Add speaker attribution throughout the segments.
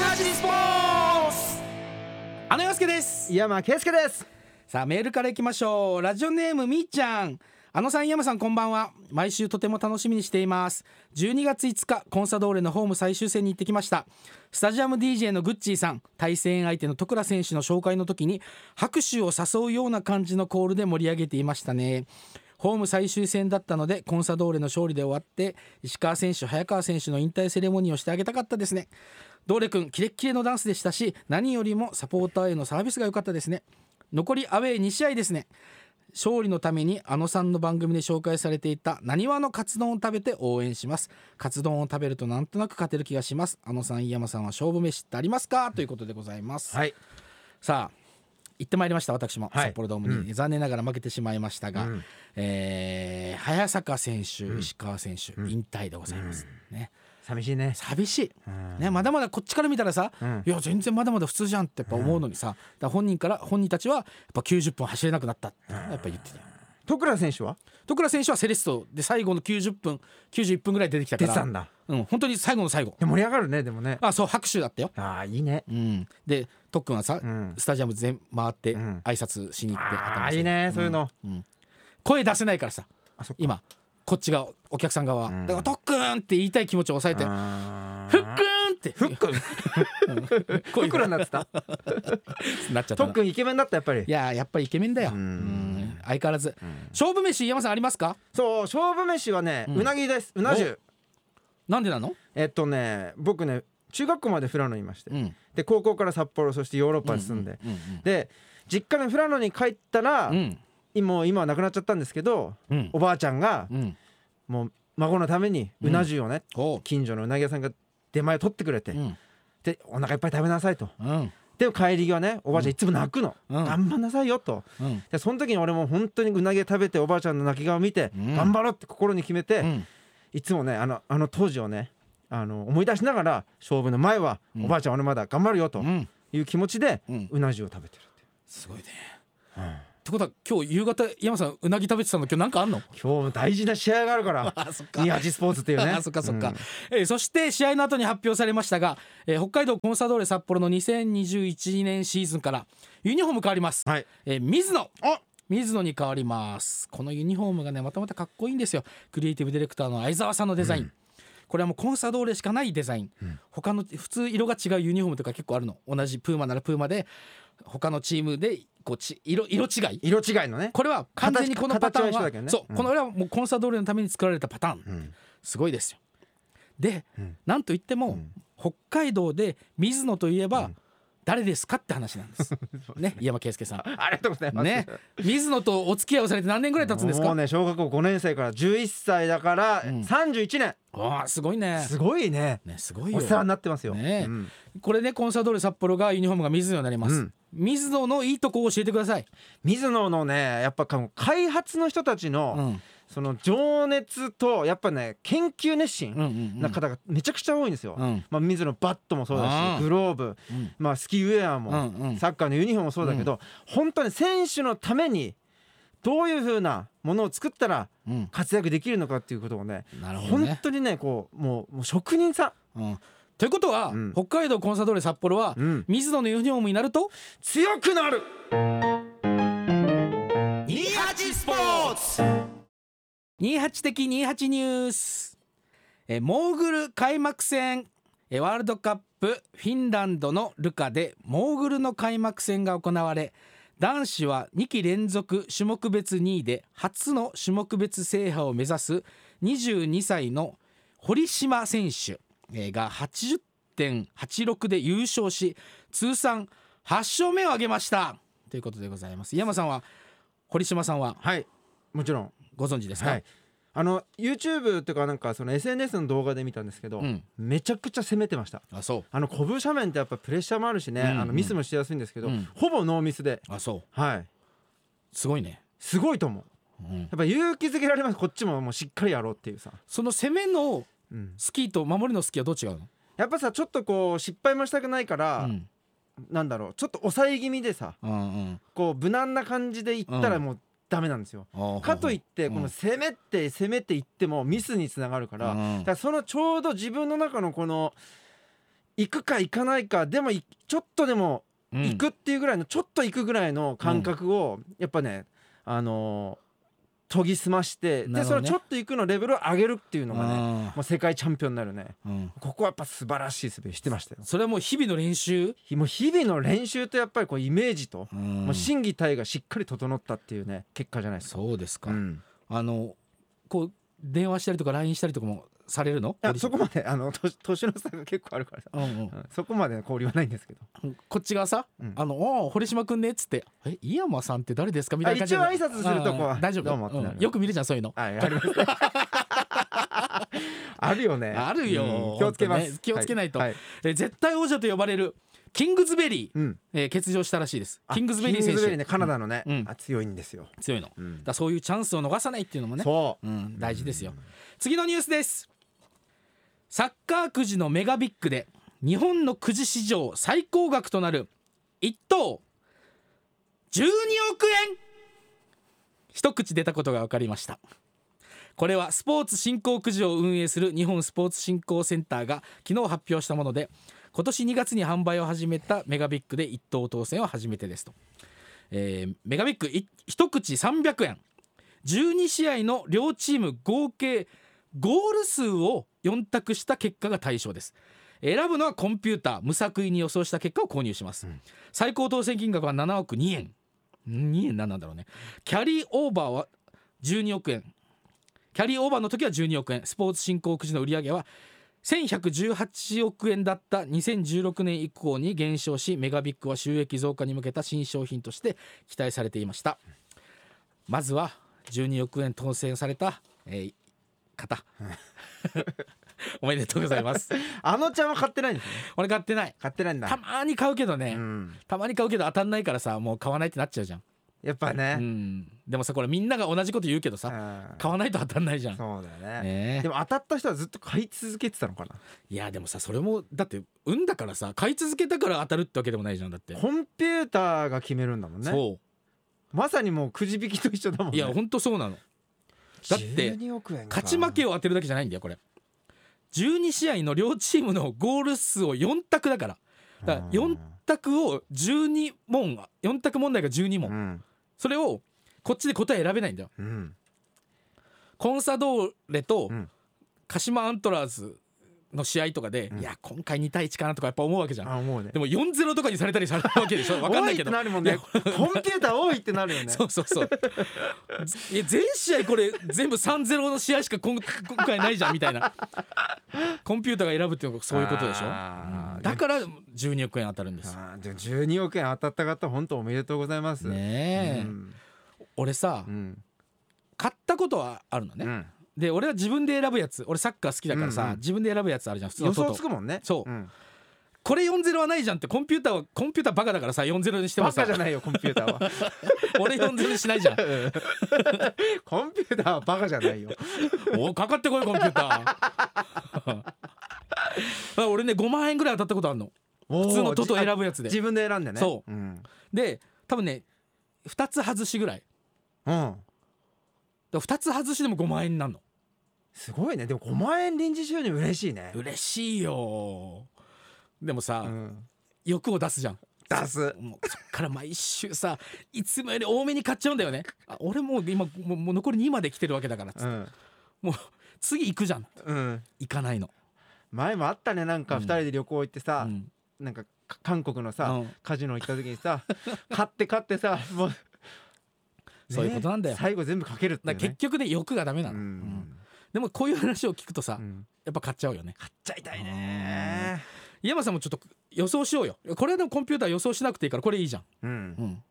Speaker 1: ラジリスポーツあのよすけです
Speaker 2: 山圭介です
Speaker 1: さあメールからいきましょうラジオネームみーちゃんあのさん山さんこんばんは毎週とても楽しみにしています12月5日コンサドーレのホーム最終戦に行ってきましたスタジアム DJ のグッチーさん対戦相手の徳良選手の紹介の時に拍手を誘うような感じのコールで盛り上げていましたねホーム最終戦だったのでコンサドーレの勝利で終わって石川選手早川選手の引退セレモニーをしてあげたかったですねドーレ君キレッキレのダンスでしたし何よりもサポーターへのサービスが良かったですね残りアウェー2試合ですね勝利のためにあのさんの番組で紹介されていたなにわのカツ丼を食べて応援しますカツ丼を食べるとなんとなく勝てる気がしますあのさん井山さんは勝負飯ってありますかということでございます、
Speaker 2: はい
Speaker 1: さあ行ってまいりました私も、
Speaker 2: はい
Speaker 1: 札幌ドームに、残念ながら負けてしまいましたが、えー早坂選手、石川選手、引退でございます、ね
Speaker 2: 寂しいね
Speaker 1: 寂しい、ね、まだまだこっちから見たらさ、いや全然まだまだ普通じゃんってやっぱ思うのにさ、だから本人から本人たちはやっぱ90分走れなくなったってやっぱ言ってたよ
Speaker 2: 徳良選手は
Speaker 1: 徳良選手はセレッソで最後の90分91分ぐらい出てきたか
Speaker 2: 出
Speaker 1: ら
Speaker 2: てたんだ
Speaker 1: うん本当に最後の最後
Speaker 2: で盛り上がるねでもね
Speaker 1: あそう拍手だったよ
Speaker 2: ああいいね
Speaker 1: うん、で特訓はさ、
Speaker 2: ん
Speaker 1: スタジアム全回って挨
Speaker 2: ん
Speaker 1: 拶しに行って、
Speaker 2: あ
Speaker 1: 頭
Speaker 2: あ
Speaker 1: 下
Speaker 2: い
Speaker 1: げ
Speaker 2: い
Speaker 1: て
Speaker 2: ねそういうの
Speaker 1: 声出せないからさ
Speaker 2: あそっか
Speaker 1: 今こっちがお客さん側は、
Speaker 2: ん
Speaker 1: だから「特訓!」って言いたい気持ちを抑えて「ふっくん!」ってふっく
Speaker 2: ふっくらになって た
Speaker 1: んなっちゃったな
Speaker 2: 特訓イケメンだったやっぱり
Speaker 1: いやーやっぱりイケメンだよ、うん相変わらず、勝負飯山さんありますか
Speaker 2: そう勝負飯はね
Speaker 1: ん
Speaker 2: うなぎですうな重
Speaker 1: なんでなの、
Speaker 2: えっとね僕ね中学校まで富良野にいまして
Speaker 1: うん
Speaker 2: で高校から札幌そしてヨーロッパに住んで
Speaker 1: うん
Speaker 2: で実家の富良野に帰ったら
Speaker 1: うんうん
Speaker 2: もう今は亡くなっちゃったんですけど
Speaker 1: うん
Speaker 2: おばあちゃんが
Speaker 1: うん
Speaker 2: もう孫のためにうな重をね
Speaker 1: おう
Speaker 2: 近所のうなぎ屋さんが出前を取ってくれて
Speaker 1: うん
Speaker 2: でお腹いっぱい食べなさいと
Speaker 1: うん
Speaker 2: で帰り際ねおばあちゃんいつも泣くの、
Speaker 1: うん
Speaker 2: 頑張んなさいよと
Speaker 1: うん
Speaker 2: でその時に俺も本当にうなぎ食べておばあちゃんの泣き顔を見て、
Speaker 1: うん
Speaker 2: 頑張ろうって心に決めて、
Speaker 1: うん
Speaker 2: いつもねあのあの当時をねあの思い出しながら勝負の前は、おばあちゃん俺まだ頑張るよと
Speaker 1: うん
Speaker 2: いう気持ちで、
Speaker 1: う
Speaker 2: うんな重を食べてるっていう
Speaker 1: すごいね、ってことは今日夕方山さんうなぎ食べてたの今日なんかあんの
Speaker 2: 今日も大事な試合があるから
Speaker 1: あそっか
Speaker 2: 28スポーツっていう ね
Speaker 1: あそっかそっ
Speaker 2: う
Speaker 1: か
Speaker 2: ん、
Speaker 1: えーそして試合の後に発表されましたが、えー北海道コンサドーレ札幌の2021年シーズンからユニフォーム変わります、
Speaker 2: はい
Speaker 1: えー水野
Speaker 2: あ
Speaker 1: 水野に変わりますこのユニフォームがねまたまたかっこいいんですよクリエイティブディレクターの相澤さんのデザイン、これはもうコンサドーレしかないデザイン、他の普通色が違うユニフォームとか結構あるの同じプーマならプーマで他のチームでこうち色色違い
Speaker 2: 色違いのね
Speaker 1: これは完全にこのパターン
Speaker 2: 形は一緒
Speaker 1: は、
Speaker 2: だけどね
Speaker 1: そう、
Speaker 2: うん
Speaker 1: この裏はもうコンサドーレのために作られたパターン、
Speaker 2: ん
Speaker 1: すごいですよで、
Speaker 2: ん
Speaker 1: なんといっても、北海道で水野といえば、誰ですかって話 なんです。ね、井山圭介さん。
Speaker 2: ありがとうございます、
Speaker 1: ね、水野とお付き合いをされて何年ぐらい経つんです
Speaker 2: も
Speaker 1: か。
Speaker 2: うね小学校5年生から11歳だから、31年
Speaker 1: ああ、すごいね。
Speaker 2: すごいね
Speaker 1: ね、すごいよ
Speaker 2: お。世話になってますよ、
Speaker 1: ね
Speaker 2: うん
Speaker 1: これね、コンサドーレ札幌がユニフォームが水野になります。
Speaker 2: うん
Speaker 1: 水野のいいとこを教えてください。
Speaker 2: 水野のねやっぱこの開発の人たちの、
Speaker 1: うん
Speaker 2: その情熱とやっぱね研究熱
Speaker 1: うんう
Speaker 2: 心
Speaker 1: んうん
Speaker 2: な方がめちゃくちゃ多いんですよ。
Speaker 1: うん
Speaker 2: まあ、水野バットもそうだ
Speaker 1: うん
Speaker 2: しグローブ、
Speaker 1: ん
Speaker 2: まあ、スキーウェアも、
Speaker 1: うんうん
Speaker 2: サッカーのユニフォームもそうだけど、本当に選手のためにどういうふうなものを作ったら
Speaker 1: うん。
Speaker 2: 活躍できるのかっていうことをね
Speaker 1: なるほどね
Speaker 2: 本当にねこうもうもう職人さん
Speaker 1: うん。ということは、
Speaker 2: うん
Speaker 1: 北海道コンサドーレ札幌は、
Speaker 2: うん
Speaker 1: 水野のユニフォームになると。
Speaker 2: 強くなる
Speaker 1: 28スポーツ28的28ニュースえーモーグル開幕戦えーワールドカップフィンランドのルカでモーグルの開幕戦が行われ男子は2期連続種目別2位で初の種目別制覇を目指す22歳の堀島選手えーが80.86で優勝し通算8勝目を挙げましたということでございます井山さんは堀島さんは
Speaker 2: はいもちろん
Speaker 1: ご存知ですか、
Speaker 2: はい、あの YouTube とかなんかその SNS の動画で見たんですけど、
Speaker 1: うん
Speaker 2: めちゃくちゃ攻めてました
Speaker 1: あそう
Speaker 2: あのコブ斜面ってやっぱプレッシャーもあるしね、
Speaker 1: んうん
Speaker 2: あのミスもしやすいんですけど、
Speaker 1: うん
Speaker 2: ほぼノーミスで
Speaker 1: あそう
Speaker 2: はい
Speaker 1: すごいね、
Speaker 2: すごいと思う
Speaker 1: うん
Speaker 2: やっぱ勇気づけられますこっちももうしっかりやろうっていうさ、
Speaker 1: その攻めの
Speaker 2: うん、
Speaker 1: スキーと守りのスキーはどう違うの、
Speaker 2: やっぱさちょっとこう失敗もしたくないから、
Speaker 1: うん
Speaker 2: なんだろうちょっと抑え気味でさ
Speaker 1: うんうん
Speaker 2: こう無難な感じでいった
Speaker 1: う
Speaker 2: ら
Speaker 1: ん
Speaker 2: もうダメなんですよ、
Speaker 1: あー、
Speaker 2: かとい
Speaker 1: っ
Speaker 2: って
Speaker 1: うん
Speaker 2: この攻めて攻めていってもミスにつながるから,、
Speaker 1: うん
Speaker 2: だからそのちょうど自分の中のこの行くか行かないかでもいちょっとでも
Speaker 1: うん
Speaker 2: 行くっていうぐらいの、ちょっと行くぐらいの感覚を、やっぱねあのー研ぎ澄まして、
Speaker 1: な
Speaker 2: で
Speaker 1: るほ
Speaker 2: そ
Speaker 1: ど
Speaker 2: の
Speaker 1: ね
Speaker 2: ちょっと行くのレベルを上げるっていうのがね
Speaker 1: あ
Speaker 2: もう世界チャンピオンになるね
Speaker 1: ーうん
Speaker 2: ここはやっぱ素晴らしい滑りしてましたよ
Speaker 1: それはもう日々の練習、
Speaker 2: ひもう日々の練習とやっぱりこうイメージと、
Speaker 1: うん
Speaker 2: もう心技体がしっかり整ったっていうね結果じゃないですか。
Speaker 1: そうですか、
Speaker 2: うん
Speaker 1: あのこう電話したりとか LINE したりとかもされるの
Speaker 2: いや
Speaker 1: ご自
Speaker 2: そ
Speaker 1: 身
Speaker 2: こまであの年年の差が結構あるからさ、
Speaker 1: うん
Speaker 2: うんそこまでの交流はないんですけど
Speaker 1: うん、こっちがさ
Speaker 2: うん
Speaker 1: 「あのおー堀島くんね」っつって「え井山さんって誰ですか?」みたいな感じ
Speaker 2: あ一応挨拶するとこは
Speaker 1: うん大丈夫
Speaker 2: どうもってなる
Speaker 1: んよく見るじゃんそういうの、
Speaker 2: はいあります ねあるよね
Speaker 1: あるよ
Speaker 2: うん気をつけます、
Speaker 1: 本当ね気をつけないと
Speaker 2: はいは
Speaker 1: えー絶対王者と呼ばれるキングズベリー、
Speaker 2: うん
Speaker 1: えー欠場したらしいです
Speaker 2: あ
Speaker 1: キングズベリー
Speaker 2: キ
Speaker 1: 選
Speaker 2: ングズベリ
Speaker 1: 手、
Speaker 2: ねカナダのね、
Speaker 1: うん
Speaker 2: あ強いんですよ、
Speaker 1: 強いのだか
Speaker 2: うん
Speaker 1: らそういうチャンスを逃さないっていうのもね
Speaker 2: そう、
Speaker 1: うん、大事ですよ、次のニュースですサッカーくじのメガビッグで日本のくじ史上最高額となる1等12億円一口出たことが分かりましたこれはスポーツ振興くじを運営する日本スポーツ振興センターが昨日発表したもので今年2月に販売を始めたメガビッグで1等当選は初めてですと、えーメガビッグい一口300円12試合の両チーム合計ゴール数を4択した結果が対象です選ぶのはコンピューター無作為に予想した結果を購入します、最高当選金額は7億2円2円何なんだろうねキャリーオーバーは12億円キャリーオーバーの時は12億円スポーツ振興くじの売り上げは1118億円だった2016年以降に減少しメガビッグは収益増加に向けた新商品として期待されていましたまずは12億円当選された、えー方 おめでとうございます
Speaker 2: あのちゃんは買ってないんですね
Speaker 1: 俺買ってない
Speaker 2: 買ってないんだ
Speaker 1: たまーに買うけどね、
Speaker 2: うん、
Speaker 1: たまに買うけど当たんないからさもう買わないってなっちゃうじゃん、
Speaker 2: やっぱ
Speaker 1: う
Speaker 2: ね、
Speaker 1: ん、でもさこれみんなが同じこと言うけど
Speaker 2: う
Speaker 1: さ
Speaker 2: ん
Speaker 1: 買わないと当たんないじゃん、
Speaker 2: そうだよね
Speaker 1: ねえ
Speaker 2: でも当たった人はずっと買い続けてたのかない
Speaker 1: やでもさそれもだって運だからさ買い続けたから当たるってわけでもないじゃんだって、
Speaker 2: コンピューターが決めるんだもんね
Speaker 1: そ
Speaker 2: まさにもうくじ引きと一緒だもん
Speaker 1: う
Speaker 2: ね
Speaker 1: いやほんとそうなのだって
Speaker 2: 12億円か
Speaker 1: 勝ち負けを当てるだけじゃないんだよこれ12試合の両チームのゴール数を4択だからだから
Speaker 2: う
Speaker 1: 4
Speaker 2: ん
Speaker 1: 択を12問4択問題が12問、
Speaker 2: うん
Speaker 1: それをこっちで答え選べないんだよ
Speaker 2: うん
Speaker 1: コンサドーレと
Speaker 2: うん
Speaker 1: 鹿島アントラーズの試合とかで、
Speaker 2: うん
Speaker 1: いや今回2対1かなとかやっぱ思うわけじゃん
Speaker 2: あ思うね
Speaker 1: でも4-0とかにされたりされるわけでしょ分かんない けど
Speaker 2: 多ってなるもんねコンピューター多いってなる よね
Speaker 1: そうそう そういや全試合これ全部3-0の試合しか今 今回ないじゃんみたいなコンピューターが選ぶっていうのがそういうことでしょ
Speaker 2: あー
Speaker 1: うんだから12億円当たるんです
Speaker 2: あーじゃあ12億円当たった方本当おめでとうございます
Speaker 1: ねえ、
Speaker 2: うん
Speaker 1: 俺さ
Speaker 2: うん
Speaker 1: 買ったことはあるのね、
Speaker 2: うん
Speaker 1: で俺は自分で選ぶやつ俺サッカー好きだからさ、
Speaker 2: うんうん
Speaker 1: 自分で選ぶやつあるじゃん普通の
Speaker 2: 予
Speaker 1: トト
Speaker 2: 想つくもんね
Speaker 1: そうんこれ4-0はないじゃんってコンピューターはコンピューターバカだからさ4-0にしても
Speaker 2: バ
Speaker 1: さ
Speaker 2: カじゃないよコンピューター は
Speaker 1: 俺4-0にしないじ ゃん
Speaker 2: コンピューターはバカじゃないよ
Speaker 1: おいかかってこいコンピュータ ー俺ね5万円ぐらい当たったことあるの
Speaker 2: 普
Speaker 1: 普通のトト選ぶやつで
Speaker 2: 自分で選んでね
Speaker 1: そう
Speaker 2: うん
Speaker 1: で多分ね2つ外しぐらい
Speaker 2: うん
Speaker 1: だから2つ外しでも5万円になるの
Speaker 2: すごいねでも5万円臨時収入嬉しいね
Speaker 1: 嬉しいよでもさ、
Speaker 2: うん
Speaker 1: 欲を出すじゃん
Speaker 2: 出す
Speaker 1: もうそっから毎週さいつもより多めに買っちゃうんだよねあ俺もう今もうもう残り2まで来てるわけだから、
Speaker 2: うん
Speaker 1: もう次行くじゃん
Speaker 2: うん
Speaker 1: 行かないの、
Speaker 2: 前もあったねなんか
Speaker 1: うん
Speaker 2: 2人で旅行行って
Speaker 1: う
Speaker 2: さ
Speaker 1: ん
Speaker 2: なんかか韓国の
Speaker 1: う
Speaker 2: さ
Speaker 1: ん
Speaker 2: カジノ行った時にさ 買って買ってさもうね
Speaker 1: そういうことなんだよ
Speaker 2: 最後全部かけるってい
Speaker 1: だ
Speaker 2: う
Speaker 1: から
Speaker 2: ね
Speaker 1: 結局ね欲がダメな
Speaker 2: う
Speaker 1: の、うん
Speaker 2: ん
Speaker 1: でもこういう話を聞くとさ、
Speaker 2: うん
Speaker 1: やっぱ買っちゃうよね
Speaker 2: 買っちゃいたいね
Speaker 1: 井山さんもちょっと予想しようよこれでもコンピューター予想しなくていいからこれいいじゃん、
Speaker 2: うん
Speaker 1: うん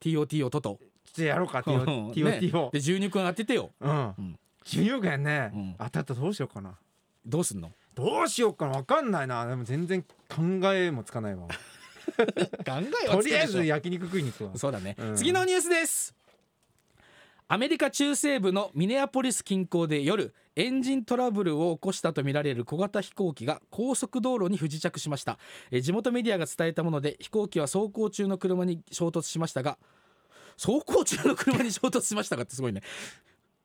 Speaker 1: TOT をとと
Speaker 2: ちょっとやろうか
Speaker 1: うん
Speaker 2: TOT を
Speaker 1: で12億円当ててよ
Speaker 2: うん
Speaker 1: ん
Speaker 2: 14億円ね
Speaker 1: うん
Speaker 2: 当たったらどうしようかな
Speaker 1: どうすんの
Speaker 2: どうしようかな分かんないなでも全然考えもつ かないわ
Speaker 1: 考えは
Speaker 2: と
Speaker 1: つくでしょ
Speaker 2: りあえず焼肉食いに行くわ
Speaker 1: そうだね、
Speaker 2: うん
Speaker 1: 次のニュースですアメリカ中西部のミネアポリス近郊で夜エンジントラブルを起こしたとみられる小型飛行機が高速道路に不時着しましたえー地元メディアが伝えたもので飛行機は走行中の車に衝突しましたが走行中の車に衝突しましたがってすごいね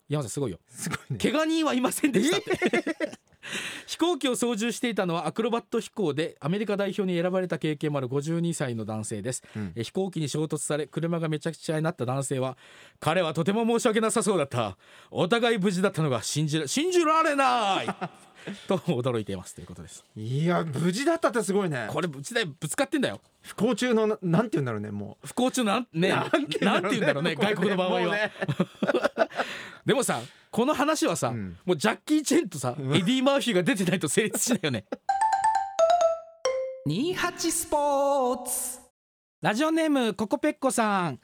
Speaker 1: 山さんすごいよ
Speaker 2: すごいね
Speaker 1: 怪我人はいませんでしたって 飛行機を操縦していたのはアクロバット飛行でアメリカ代表に選ばれた経験もある52歳の男性です、
Speaker 2: うん
Speaker 1: え飛行機に衝突され車がめちゃくちゃになった男性は彼はとても申し訳なさそうだったお互い無事だったのが信じら信じられ ないと驚いていますということです
Speaker 2: いや無事だったってすごいね
Speaker 1: これ時代ぶつかってんだよ
Speaker 2: 不幸中のななんて言うんだろうねも
Speaker 1: 不幸中なんねなん
Speaker 2: う
Speaker 1: て言うんだろうね
Speaker 2: これ
Speaker 1: 外国の場合は、
Speaker 2: もうね
Speaker 1: でもさこの話はさ、
Speaker 2: ん
Speaker 1: もうジャッキー・チェンとさ、エディ・マーフィーが出てないと成立しないよね28スポーツラジオネームココペッコさん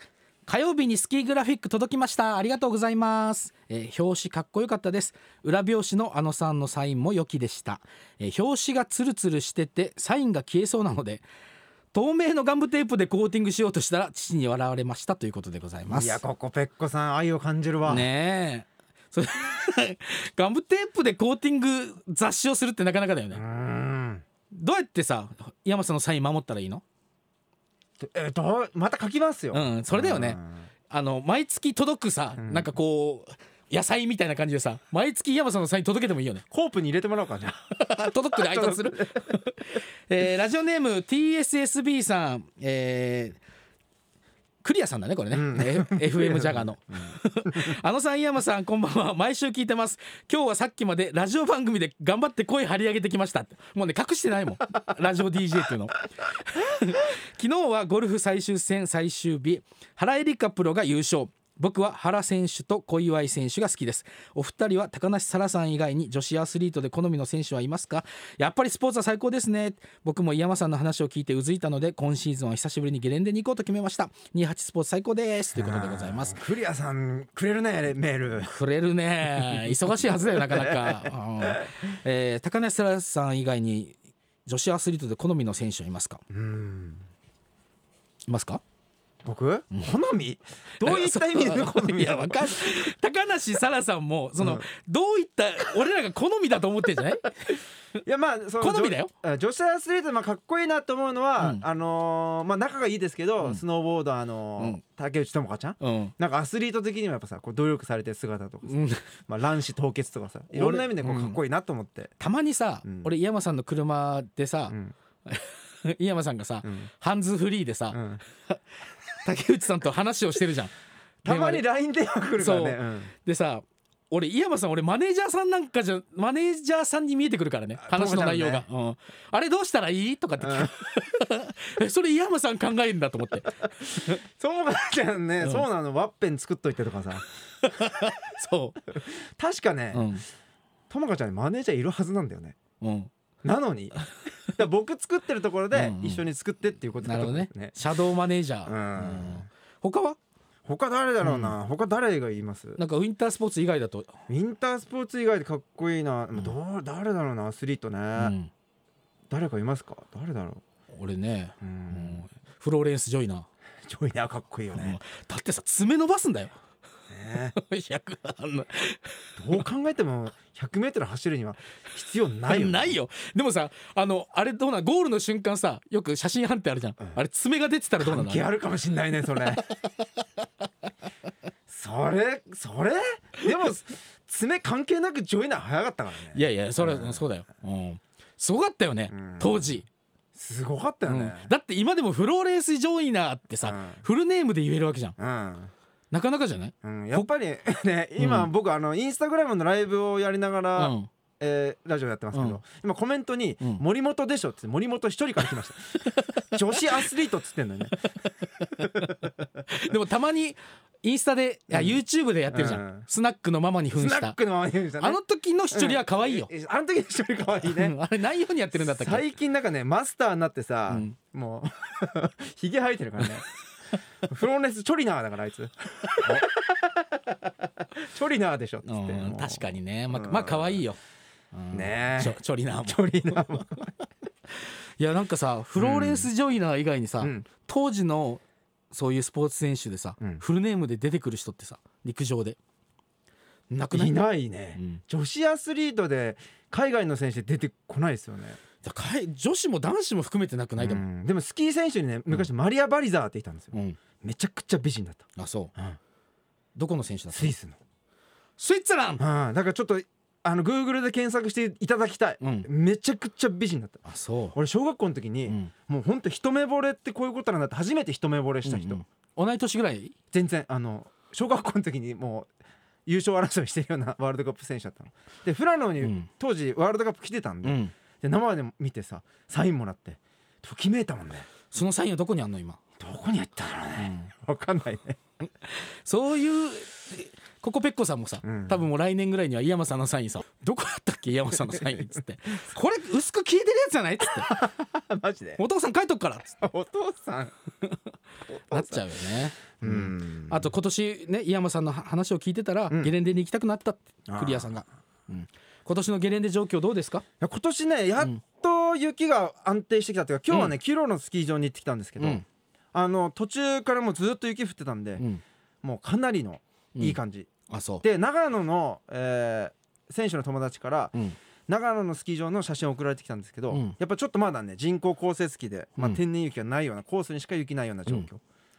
Speaker 1: 火曜日にスキーグラフィック届きましたありがとうございます、えー表紙かっこよかったです裏表紙のあのさんのサインも良きでした、えー表紙がツルツルしててサインが消えそうなので透明のガムテープでコーティングしようとしたら父に笑われましたということでございます
Speaker 2: いやここペッコさん愛を感じるわ、
Speaker 1: ねえそれ ガムテープでコーティング雑誌をするってなかなかだよね、
Speaker 2: うーん
Speaker 1: どうやってさ山さんのサイン守ったらいいの
Speaker 2: えどうまた書きますよ、
Speaker 1: うんそれだよね
Speaker 2: うん
Speaker 1: あの毎月届くさ、なんかこう野菜みたいな感じでさ毎月山さんのサイン届けてもいいよね
Speaker 2: コープに入れてもらおうかじゃ あ
Speaker 1: 届くで挨拶する、えーラジオネーム TSSB さんえークリアさんだねこれね、え FM ジャガーの あのさん井山さんこんばんは毎週聞いてます今日はさっきまでラジオ番組で頑張って声張り上げてきましたもうね隠してないもんラジオ DJ っていうの昨日はゴルフ最終戦最終日原恵梨香プロが優勝僕は原選手と小祝選手が好きですお二人は高梨沙羅さん以外に女子アスリートで好みの選手はいますかやっぱりスポーツは最高ですね僕も井山さんの話を聞いてうずいたので今シーズンは久しぶりにゲレンデに行こうと決めました28スポーツ最高ですということでございます
Speaker 2: あークリアさんくれるねメール
Speaker 1: くれるね忙しいはずだよなかなか、うんえー高梨沙羅さん以外に女子アスリートで好みの選手はいますか
Speaker 2: うん
Speaker 1: いますか
Speaker 2: 僕好みどういった意味 での好み
Speaker 1: いやわかん高梨沙羅さんもその、どういった俺らが好みだと思ってんじゃない
Speaker 2: いやまあその
Speaker 1: 好みだよ
Speaker 2: 女女子アスリートでまあかっこいいなと思うのは、
Speaker 1: うん
Speaker 2: あのーまあ仲がいいですけど、スノーボードあのー
Speaker 1: うん
Speaker 2: 竹内智香ちゃん
Speaker 1: うん
Speaker 2: なんかアスリート的にもやっぱさこう努力されてる姿とかさ、
Speaker 1: うん
Speaker 2: まあ、卵子凍結とかさいろんな意味でこうかっこいいなと思って、
Speaker 1: たまにさ、
Speaker 2: うん
Speaker 1: 俺井山さんの車でさ
Speaker 2: う、ん
Speaker 1: 井山さんがさ、
Speaker 2: うん
Speaker 1: ハンズフリーでさ、
Speaker 2: うん
Speaker 1: 竹内さんと話をしてるじゃん
Speaker 2: たまに
Speaker 1: 電話で
Speaker 2: LINE 電話来るからね
Speaker 1: そう
Speaker 2: うん
Speaker 1: でさ俺井山さん俺マネージャーさんなんかじゃマネージャーさんに見えてくるからね話の内容が、うん、あれどうしたらいいとかって聞く、 えそれ井山さん考えるんだと思って
Speaker 2: そうなんじゃんね、そうなのワッペン作っといてと かさ
Speaker 1: そ
Speaker 2: 確かね
Speaker 1: う、うん
Speaker 2: ともかちゃんにマネージャーいるはずなんだよね
Speaker 1: うん、
Speaker 2: な のにだから僕作ってるところで
Speaker 1: うんうん
Speaker 2: 一緒に作ってっていうことだ
Speaker 1: な
Speaker 2: と
Speaker 1: るほ
Speaker 2: 思
Speaker 1: ど
Speaker 2: う
Speaker 1: ねシャドーマネージャー、
Speaker 2: うん
Speaker 1: 他は
Speaker 2: 他誰だろうな、他誰が言います
Speaker 1: なんかウィンタースポーツ以外だと、
Speaker 2: ウィンタースポーツ以外でかっこいいな、どう誰だろうなアスリートね、
Speaker 1: うん、
Speaker 2: 誰かいますか誰だろ
Speaker 1: 俺ね、
Speaker 2: う、うん、
Speaker 1: もうフローレンス・ジョイナー
Speaker 2: ジョイナーかっこいいよ
Speaker 1: もう
Speaker 2: ね、
Speaker 1: だってさ爪伸ばすんだよ
Speaker 2: ね
Speaker 1: 100あんな
Speaker 2: どう考えても 100m 走るには必要な いよね、
Speaker 1: でもさあのあれどうなんゴールの瞬間さよく写真判定あるじゃん、
Speaker 2: ん
Speaker 1: あれ爪が出てたらどうな
Speaker 2: 関
Speaker 1: の
Speaker 2: 係あるかもしんないねそれ それそれでも爪関係なくジョイナー早かったからね
Speaker 1: いやいやそれはそうだよ、うん、すごかったよね、
Speaker 2: うん
Speaker 1: 当時、
Speaker 2: すごかったよね
Speaker 1: うんだって今でもフローレンス・ジョイナーってさ、
Speaker 2: うん
Speaker 1: フルネームで言えるわけじゃん
Speaker 2: うん
Speaker 1: なかなかじゃない
Speaker 2: うん、やっぱりね今
Speaker 1: うん
Speaker 2: 僕あのインスタグラムのライブをやりながら、
Speaker 1: うん
Speaker 2: えーラジオやってますけど、
Speaker 1: うん
Speaker 2: 今コメントに
Speaker 1: うん
Speaker 2: 「森本でしょ」って森本一人から来まし た女子アスリートっつってんのよね
Speaker 1: でもたまにインスタでいや YouTube でやってるじゃん、
Speaker 2: うん
Speaker 1: スナックのママに
Speaker 2: ス
Speaker 1: 扮
Speaker 2: ナ
Speaker 1: し
Speaker 2: ッ
Speaker 1: た
Speaker 2: クのまま言うんですよね
Speaker 1: あの時の一人は可愛いよ、
Speaker 2: えあの時の一人可愛いね、
Speaker 1: うんあれないようにやってるんだったっけ
Speaker 2: 最近なんかねマスターになってさ、
Speaker 1: うん
Speaker 2: もう ひげ生えて るからねフローレンスチョリナーだからあいつチョリナーでしょっつって、
Speaker 1: うん、確か
Speaker 2: に
Speaker 1: にねまあ、
Speaker 2: うん
Speaker 1: まあ可愛いよ、うん
Speaker 2: ねえ
Speaker 1: ちょちょりな も
Speaker 2: チョリナーも
Speaker 1: いやなんかさフローレンス・ジョイナー以外にさ、
Speaker 2: うん
Speaker 1: 当時のそういうスポーツ選手でさ、
Speaker 2: うん
Speaker 1: フルネームで出てくる人ってさ陸上でなくない
Speaker 2: いないね、
Speaker 1: うん
Speaker 2: 女子アスリートで海外の選手出てこないですよね、
Speaker 1: だから女子も男子も含めてなくないで
Speaker 2: う
Speaker 1: も、
Speaker 2: んでもスキー選手にね昔マリア・バリザーっていたんですよ、
Speaker 1: うん
Speaker 2: めちゃくちゃ美人だっ
Speaker 1: あそう
Speaker 2: た、うん
Speaker 1: どこの選手だった
Speaker 2: スイスの
Speaker 1: スイッツランド
Speaker 2: うん、だからちょっとあの Google で検索していただきたい、
Speaker 1: うん
Speaker 2: めちゃくちゃ美人だった
Speaker 1: あそう
Speaker 2: 俺小学校の時に、
Speaker 1: うん
Speaker 2: もうほんと一目惚れってこういうことなんだって初めて一目惚れした人、
Speaker 1: うんうん同い年ぐらい
Speaker 2: 全然あの小学校の時にもう優勝争いしてるような ワールドカップ選手だったので富良野
Speaker 1: う
Speaker 2: に
Speaker 1: ん
Speaker 2: 当時ワールドカップ来てたんで,、
Speaker 1: うん
Speaker 2: で生で見てさサインもらってときめいたもんね
Speaker 1: そのサインはどこにあんの今
Speaker 2: どこにやったんだろうね、わかんないね
Speaker 1: そういうここペッコさんもさ、
Speaker 2: うん
Speaker 1: 多分もう来年ぐらいには井山さんのサインさどこだったっけ井山さんのサインっつって これ薄く聞いてるやつじゃないっつ って
Speaker 2: あマジで
Speaker 1: お父さん書いとくからっ つって
Speaker 2: お父さん
Speaker 1: なっちゃうよね、
Speaker 2: う、ん
Speaker 1: あと今年ね井山さんの話を聞いてたら、
Speaker 2: うん
Speaker 1: ゲレンデに行きたくなったって
Speaker 2: あー
Speaker 1: クリアさんが、うん今年のゲレンデ状況どうですか
Speaker 2: いや今年ねやっと雪が安定してきたっていうか今日はね、キロのスキー場に行ってきたんですけど、
Speaker 1: うん
Speaker 2: あの途中からもうずっと雪降ってたんで、
Speaker 1: うん
Speaker 2: もうかなりのいい感じ、
Speaker 1: あそ
Speaker 2: で長野の、えー選手の友達から
Speaker 1: う、うん
Speaker 2: 長野のスキー場の写真を送られてきたんですけど、
Speaker 1: うん
Speaker 2: やっぱちょっとまだね人工降雪機で、まあ、
Speaker 1: うん
Speaker 2: 天然雪がないようなコースにしか雪ないような状況、
Speaker 1: うん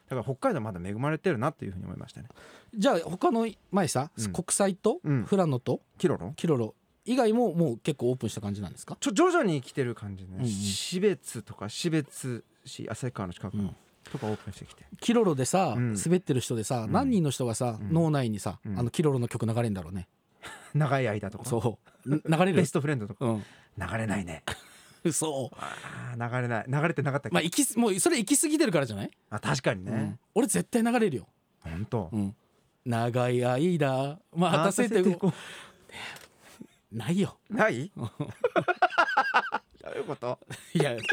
Speaker 2: だから北海道まだ恵まれてるなというふうに思いましたね
Speaker 1: じゃあ他の前さ、
Speaker 2: うん
Speaker 1: 国際と
Speaker 2: うん
Speaker 1: 富良野と
Speaker 2: キロロ
Speaker 1: キロロ以外ももう結構オープンした感じなんですか、
Speaker 2: ちょ徐々に来てる感じね、
Speaker 1: うんうん
Speaker 2: 標津とか標津市旭川の近く
Speaker 1: うん
Speaker 2: とかオープンしてきて、
Speaker 1: キロロでさ、
Speaker 2: うん
Speaker 1: 滑ってる人でさ、
Speaker 2: ん
Speaker 1: 何人の人がさ、
Speaker 2: うん
Speaker 1: 脳内にさ、
Speaker 2: うん
Speaker 1: あのキロロの曲流れるんだろうね、
Speaker 2: 長い間とか
Speaker 1: そう流れる
Speaker 2: ベストフレンドとか
Speaker 1: うん
Speaker 2: 流れないね
Speaker 1: そう
Speaker 2: あー流れない流れてなかったっけ、
Speaker 1: まあ行きもうそれ行き過ぎてるからじゃない、
Speaker 2: あ、確かに
Speaker 1: う
Speaker 2: ね
Speaker 1: ん、俺絶対流れるよ、
Speaker 2: ほんと
Speaker 1: うん、長い間まあ果たせて
Speaker 2: こ
Speaker 1: ないよ
Speaker 2: うない どういうこと
Speaker 1: いや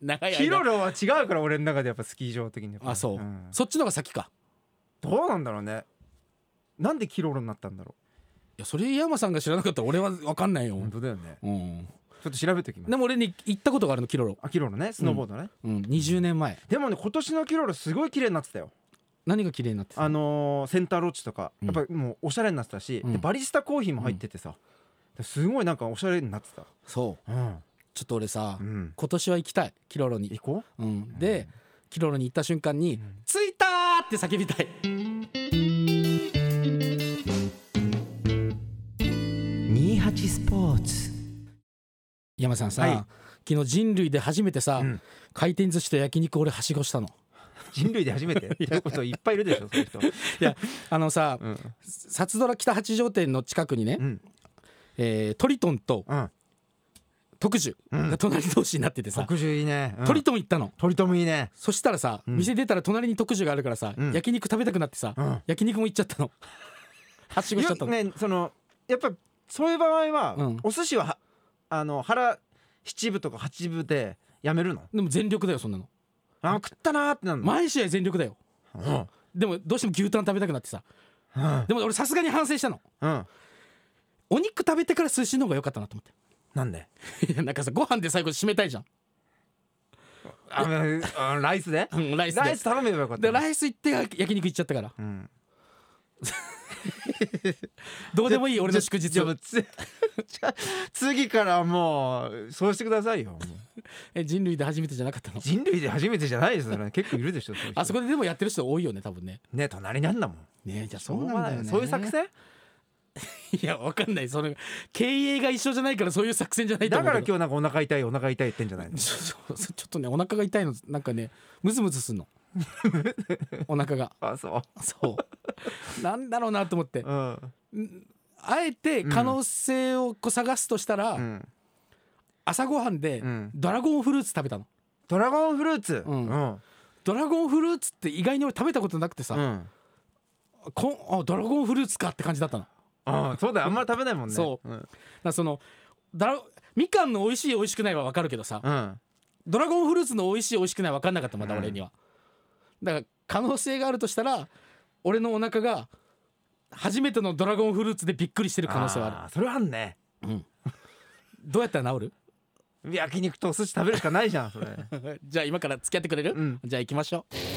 Speaker 1: 長い間
Speaker 2: キロロは違うから俺の中でやっぱスキー場的に
Speaker 1: あそう、
Speaker 2: ん
Speaker 1: そっちのが先か
Speaker 2: どうなんだろうねなんでキロロになったんだろ
Speaker 1: いやそれ井山さんが知らなかったら俺は分かんないよ
Speaker 2: う、本当だよね
Speaker 1: うん、
Speaker 2: ちょっと調べておきます
Speaker 1: でも俺に行ったことがあるのキロロ、
Speaker 2: あキロロねスノーボードね、
Speaker 1: うん、20年前
Speaker 2: でもね今年のキロロすごい綺麗になってたよ
Speaker 1: 何が綺麗になってた
Speaker 2: あのーセンターロッジとか
Speaker 1: うん
Speaker 2: やっぱもうおしゃれになってたし、
Speaker 1: うん
Speaker 2: でバリスタコーヒーも入っててさ、すごいなんかおしゃれになってた
Speaker 1: そう
Speaker 2: うん、
Speaker 1: ちょっと俺さ、
Speaker 2: うん、
Speaker 1: 今年は行きたいキロロに
Speaker 2: 行こ
Speaker 1: うん、でキロロに行った瞬間に
Speaker 2: ん
Speaker 1: 「着いた!」って叫びたい
Speaker 2: う28スポーツ
Speaker 1: 山さんさ、
Speaker 2: はい
Speaker 1: 昨日人類で初めてさ、
Speaker 2: うん
Speaker 1: 回転寿司と焼肉俺はしごしたの
Speaker 2: 人類で初め てということいっぱいいるでしょそういう人
Speaker 1: いやあのさ
Speaker 2: うん
Speaker 1: 札ドラ北八条店の近くにね、
Speaker 2: うん
Speaker 1: えートリトンと
Speaker 2: うん
Speaker 1: 特需が隣同士になっててさ、
Speaker 2: 特殊いいね、うん、
Speaker 1: トリトン行ったの
Speaker 2: 鳥ともいいね
Speaker 1: そしたらさ、
Speaker 2: うん
Speaker 1: 店出たら隣に特需があるからさ、
Speaker 2: うん
Speaker 1: 焼肉食べたくなってさ、
Speaker 2: うん
Speaker 1: 焼肉も行っちゃ ったのはしごしちゃった
Speaker 2: よ
Speaker 1: の、
Speaker 2: ねそのやっぱそういう場合は、
Speaker 1: うん
Speaker 2: お寿司ははあの腹七分とか八分でやめるの
Speaker 1: でも全力だよそんなの
Speaker 2: あ食ったなーってなるの、
Speaker 1: 毎試合全力だよ
Speaker 2: うん
Speaker 1: でもどうしても牛タン食べたくなってさ
Speaker 2: うん
Speaker 1: でも俺さすがに反省したの
Speaker 2: うん、
Speaker 1: お肉食べてから寿司の方が良かったなと思っ
Speaker 2: なんで
Speaker 1: て いやなんかさご飯で最後締めたいじゃん、
Speaker 2: ああライスで
Speaker 1: うん、ライスで
Speaker 2: ライス頼めばよかった
Speaker 1: で
Speaker 2: ね、
Speaker 1: ライス行って焼肉行っちゃったから
Speaker 2: うん、
Speaker 1: どうでもいい俺の祝日
Speaker 2: じゃあつじゃあ次からもうそうしてくださいよもう
Speaker 1: え人類で初めてじゃなかったの
Speaker 2: 人類で初めてじゃないですよね結構いるでしょそういう人
Speaker 1: あそこででもやってる人多いよね多分ね
Speaker 2: ね隣なんだもん
Speaker 1: ねえじゃあそ
Speaker 2: そう
Speaker 1: う
Speaker 2: な
Speaker 1: なんんだよ
Speaker 2: だよ、
Speaker 1: ね
Speaker 2: ね、そういう作戦
Speaker 1: いやわかんないその経営が一緒じゃないからそういう作戦じゃないと
Speaker 2: だ
Speaker 1: 思う
Speaker 2: から
Speaker 1: けど
Speaker 2: 今日なんかお腹痛いお腹痛いってんじゃないの
Speaker 1: そうそうちょっとねお腹が痛いのなんかねムズムズ すんのお腹が
Speaker 2: あそ
Speaker 1: そうなんだろうなと思って
Speaker 2: ううん
Speaker 1: あえて可能性をこう探すとしたら、
Speaker 2: うん
Speaker 1: 朝ごはんで
Speaker 2: うん
Speaker 1: ドラゴンフルーツ食べたの
Speaker 2: ドラゴンフルーツ
Speaker 1: うん
Speaker 2: うん
Speaker 1: ドラゴンフルーツって意外に俺食べたことなくてさ、
Speaker 2: うん
Speaker 1: こんあドラゴンフルーツかって感じだったのだか
Speaker 2: あそうだよあんまり食べないもんね
Speaker 1: そ
Speaker 2: うん
Speaker 1: らそのだらみかんの美味しい美味しくないは分かるけどさ、
Speaker 2: うん
Speaker 1: ドラゴンフルーツの美味しい美味しくないは分かんなかったまだ俺には、だから可能性があるとしたら俺のお腹が初めてのドラゴンフルーツでびっくりしてる可能性はある
Speaker 2: あーそれはあんね
Speaker 1: どうやったら治る
Speaker 2: 焼肉とお寿司食べるしかないじゃんそれ
Speaker 1: じゃあ今から付き合ってくれる、
Speaker 2: うん
Speaker 1: じゃあ行きましょう